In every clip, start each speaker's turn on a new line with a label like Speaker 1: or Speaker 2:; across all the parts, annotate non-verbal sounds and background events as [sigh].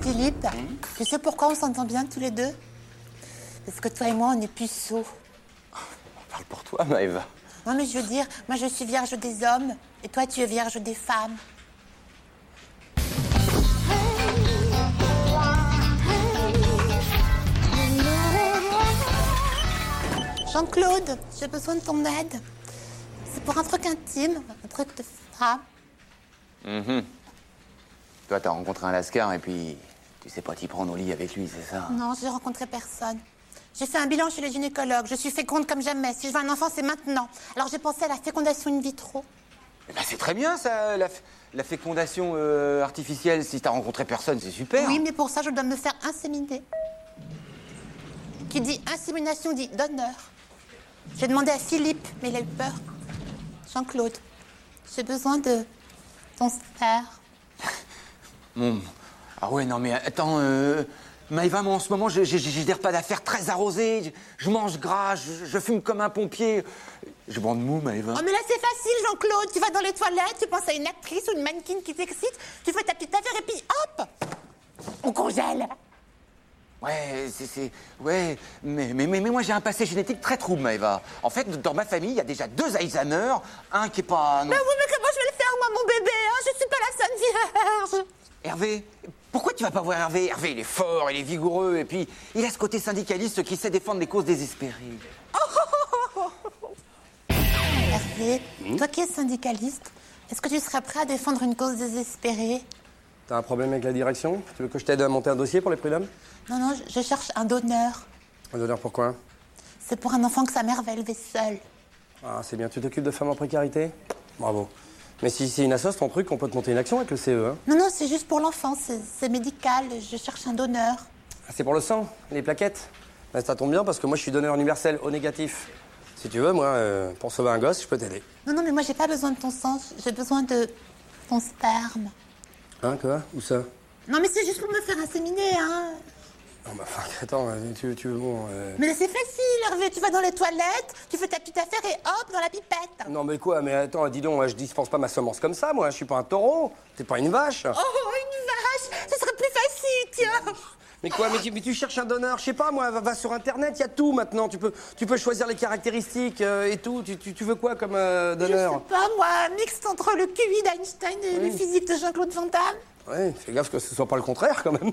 Speaker 1: Philippe, tu sais pourquoi on s'entend bien tous les deux Parce que toi et moi, on est puceaux.
Speaker 2: Parle pour toi, Maëva.
Speaker 1: Non, mais je veux dire, moi je suis vierge des hommes et toi tu es vierge des femmes. Jean-Claude, j'ai besoin de ton aide. C'est pour un truc intime, un truc de femme.
Speaker 2: Toi, t'as rencontré un lascar et puis tu sais pas t'y prendre au lit avec lui, c'est ça hein
Speaker 1: Non, j'ai rencontré personne. J'ai fait un bilan chez les gynécologues. Je suis féconde comme jamais. Si je veux un enfant, c'est maintenant. Alors j'ai pensé à la fécondation in vitro.
Speaker 2: Eh ben, c'est très bien, ça, la, f- la fécondation euh, artificielle. Si t'as rencontré personne, c'est super.
Speaker 1: Oui, mais pour ça, je dois me faire inséminer. Qui dit insémination dit donneur. J'ai demandé à Philippe, mais il a eu peur. Jean-Claude, j'ai besoin de ton sperme.
Speaker 2: Bon. Ah ouais, non, mais attends, euh, Maëva, moi en ce moment, j'ai j'ai- j'ai des repas d'affaires très arrosés. Je, je mange gras, je, je fume comme un pompier. Je bande mou, Maëva.
Speaker 1: Oh, mais là, c'est facile, Jean-Claude. Tu vas dans les toilettes, tu penses à une actrice ou une mannequin qui t'excite, tu fais ta petite affaire et puis hop On congèle
Speaker 2: Ouais, c'est. c'est- Ouais, mais, mais, mais, mais moi j'ai un passé génétique très trouble, Maëva. En fait, dans ma famille, il y a déjà deux Alzheimer, un qui est pas. non-
Speaker 1: Ah oui, mais comment je vais le faire, moi, mon bébé hein Je suis pas la sainte vierge
Speaker 2: Hervé, pourquoi tu vas pas voir Hervé Hervé, il est fort, il est vigoureux, et puis il a ce côté syndicaliste qui sait défendre les causes désespérées.
Speaker 1: Hervé, toi qui es syndicaliste, est-ce que tu serais prêt à défendre une cause désespérée
Speaker 3: T'as un problème avec la direction Tu veux que je t'aide à monter un dossier pour les prud'hommes
Speaker 1: Non, non, je- je cherche un donneur.
Speaker 3: Un donneur pourquoi
Speaker 1: C'est pour un enfant que sa mère va élever seule.
Speaker 3: Ah, c'est bien, tu t'occupes de femmes en précarité Bravo. Mais si c'est une assoce, ton truc, on peut te monter une action avec le CE. Hein.
Speaker 1: Non, non, c'est juste pour l'enfant, c'est c'est médical, je cherche un donneur.
Speaker 3: Ah, c'est pour le sang, les plaquettes. Bah, ça tombe bien parce que moi, je suis donneur universel au négatif. Si tu veux, moi, euh, pour sauver un gosse, je peux t'aider.
Speaker 1: Non, non, mais moi, j'ai pas besoin de ton sang, j'ai besoin de ton sperme.
Speaker 3: Hein, quoi Où ça
Speaker 1: Non, mais c'est juste pour me faire inséminer, hein.
Speaker 3: Non, bah, enfin, attends, euh, tu, tu veux, bon... euh,
Speaker 1: Mais là, c'est facile, Hervé, tu vas dans les toilettes, tu fais ta petite affaire et hop, dans la pipette.
Speaker 3: Non, mais quoi Mais attends, dis donc, je dispense pas ma semence comme ça, moi. Je suis pas un taureau, t'es pas une vache.
Speaker 1: Oh, une vache, ce serait plus facile, tiens.
Speaker 3: Mais quoi mais tu, mais tu cherches un donneur, je sais pas moi, va, va sur internet, il y a tout maintenant, tu peux, tu peux choisir les caractéristiques euh, et tout, tu, tu- tu veux quoi comme euh,
Speaker 1: Je sais
Speaker 3: donneur
Speaker 1: pas, moi, mixte entre le QI d'Einstein et le physique de Jean-Claude Van Damme.
Speaker 3: Ouais, fais gaffe que ce soit pas le contraire quand même.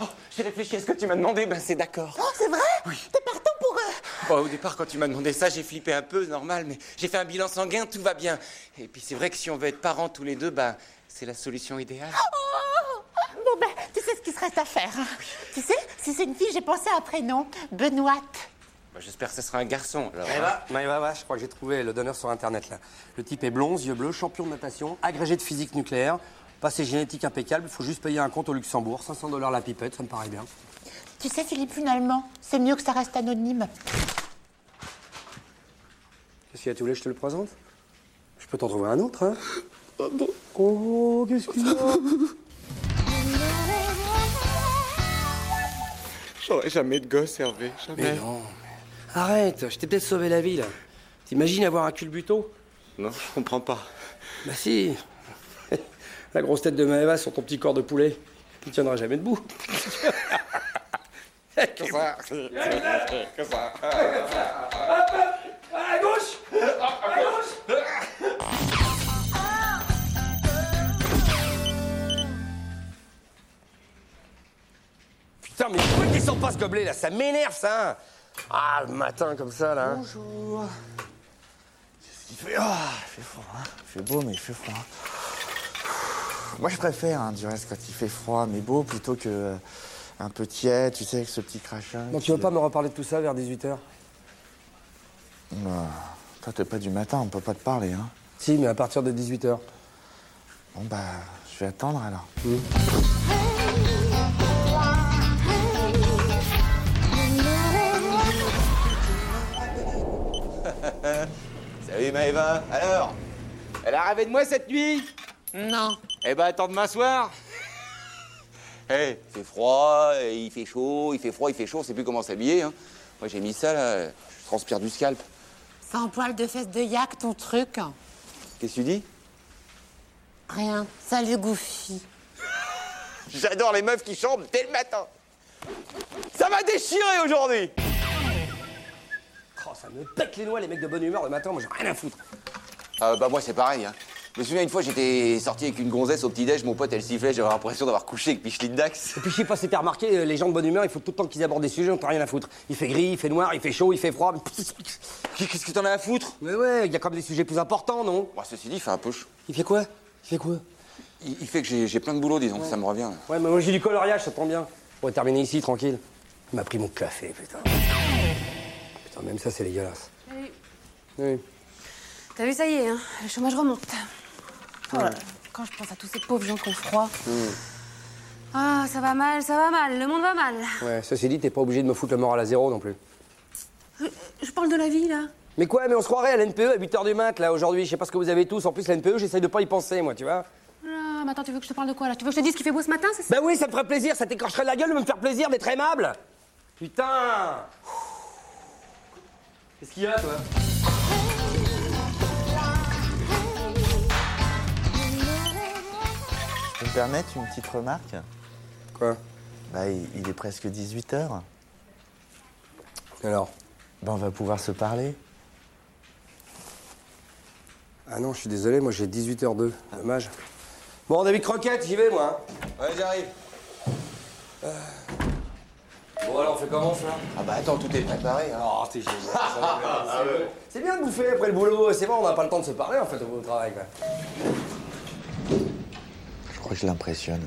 Speaker 2: Oh, j'ai réfléchi à ce que tu m'as demandé, ben c'est d'accord.
Speaker 1: Oh, c'est vrai T'es partant pour... euh,
Speaker 2: Bon, au départ, quand tu m'as demandé ça, j'ai flippé un peu, c'est normal, mais j'ai fait un bilan sanguin, tout va bien. Et puis c'est vrai que si on veut être parents tous les deux, ben c'est la solution idéale.
Speaker 1: oh Bon, ben, tu sais ce qu'il se reste à faire. hein. Tu sais, si c'est une fille, j'ai pensé à un prénom. Benoît.
Speaker 2: Ben, J'espère que ce sera un garçon, alors.
Speaker 3: Maëva, Maëva, va, Ah, je crois que j'ai trouvé le donneur sur internet là. Le type est blond, yeux bleus, champion de natation, agrégé de physique nucléaire, passé génétique impeccable, faut juste payer un compte au Luxembourg, 500 dollars la pipette, ça me paraît bien.
Speaker 1: Tu sais, Philippe, finalement, c'est mieux que ça reste anonyme.
Speaker 3: Qu'est-ce qu'il y a, tu voulais que je te le présente Je peux t'en trouver un autre, hein Oh, qu'est-ce qu'il y a
Speaker 4: J'aurai jamais de gosse, Hervé.
Speaker 3: Mais
Speaker 4: Jamais.
Speaker 3: non, mais... arrête, je t'ai peut-être sauvé la vie là. T'imagines avoir un culbuto
Speaker 4: Non, je comprends pas.
Speaker 3: Bah si. [laughs] la grosse tête de Maëva sur ton petit corps de poulet, tu tiendras jamais debout. [laughs] Eh, Putain, mais pourquoi tu descends pas ce gobelet là Ça m'énerve ça Ah, le matin comme ça là. hein. Bonjour.
Speaker 5: Il fait, ah, il fait froid, hein. Il fait beau, mais il fait froid. Moi, je préfère, hein, du reste, quand il fait froid, mais beau, plutôt que euh, un peu tiède, tu sais, avec ce petit crachin.
Speaker 3: Donc
Speaker 5: qui-
Speaker 3: tu veux pas me reparler de tout ça vers 18h
Speaker 5: Toi, t'es pas du matin, on peut pas te parler, hein.
Speaker 3: Si, mais à partir de 18h.
Speaker 5: Bon, bah, je vais attendre alors.
Speaker 2: Salut Maëva, alors Elle a rêvé de moi cette nuit
Speaker 6: Non.
Speaker 2: Eh ben attends demain soir [laughs] Hé, il fait froid, et il fait chaud, il fait froid, il fait chaud, on sait plus comment s'habiller. Hein. Moi j'ai mis ça là, je transpire du scalp.
Speaker 6: Sans poil de fesses de yak, ton truc.
Speaker 2: Qu'est-ce que tu dis
Speaker 6: Rien. Salut, Goofy.
Speaker 2: J'adore les meufs qui chantent dès le matin Ça m'a déchiré aujourd'hui
Speaker 3: Oh, ça me pète les noix, les mecs de bonne humeur le matin, moi j'ai rien à foutre.
Speaker 2: Ah bah moi c'est pareil. Hein. Je me souviens une fois j'étais sorti avec une gonzesse au petit-déj, mon pote elle sifflait, j'avais l'impression d'avoir couché avec Micheline Dax.
Speaker 3: Et puis je sais pas si t'as remarqué, euh, les gens de bonne humeur, il faut tout le temps qu'ils abordent des sujets, on t'en a rien à foutre. Il fait gris, il fait noir, il fait chaud, il fait froid. [laughs]
Speaker 2: Qu'est-ce que t'en as à foutre
Speaker 3: Mais ouais, il y a quand même des sujets plus importants, non
Speaker 2: Moi ceci dit, il fait un peu chaud.
Speaker 3: Il fait quoi Il fait quoi
Speaker 2: Il, il fait que j'ai- j'ai plein de boulot, disons, ça me revient. là.
Speaker 3: Ouais, mais moi j'ai du coloriage, ça tombe bien. On va terminer ici, tranquille. Il m'a pris mon café, putain. Putain, même ça, c'est dégueulasse. Oui.
Speaker 7: T'as vu, ça y est, hein, le chômage remonte. Oh là là, quand je pense à tous ces pauvres gens qui ont froid. Ah, ça va mal, ça va mal, le monde va mal.
Speaker 3: Ouais, ceci dit, t'es pas obligé de me foutre le moral à zéro non plus.
Speaker 7: Je parle de la vie, là.
Speaker 3: Mais quoi, mais on se croirait à l'NPE à 8h du mat, là, aujourd'hui. Je sais pas ce que vous avez tous. En plus, la NPE, j'essaye de pas y penser, moi, tu vois.
Speaker 7: Ah, mais attends, tu veux que je te parle de quoi, là Tu veux que je te dise qu'il fait beau ce matin, c'est ça
Speaker 3: Bah oui, ça me ferait plaisir, ça t'écorcherait la gueule de me faire plaisir d'être aimable. Putain Qu'est-ce qu'il y a, toi
Speaker 5: Je peux me permettre une petite remarque
Speaker 3: Quoi
Speaker 5: Bah, il, il est presque 18h.
Speaker 3: Alors
Speaker 5: Bah, on va pouvoir se parler.
Speaker 3: Ah non, je suis désolé, moi j'ai 18h02. Dommage. Bon, David Croquette, j'y vais, moi. hein.
Speaker 2: Ouais j'arrive.
Speaker 3: Euh. Bon, alors, on fait comment, ça
Speaker 2: Ah bah attends, tout est préparé. hein.
Speaker 3: Oh, t'es génial.
Speaker 2: [laughs]
Speaker 3: C'est bien de bouffer après le boulot. C'est vrai, on n'a pas le temps de se parler, en fait, au travail, quoi.
Speaker 5: Je crois que je l'impressionne.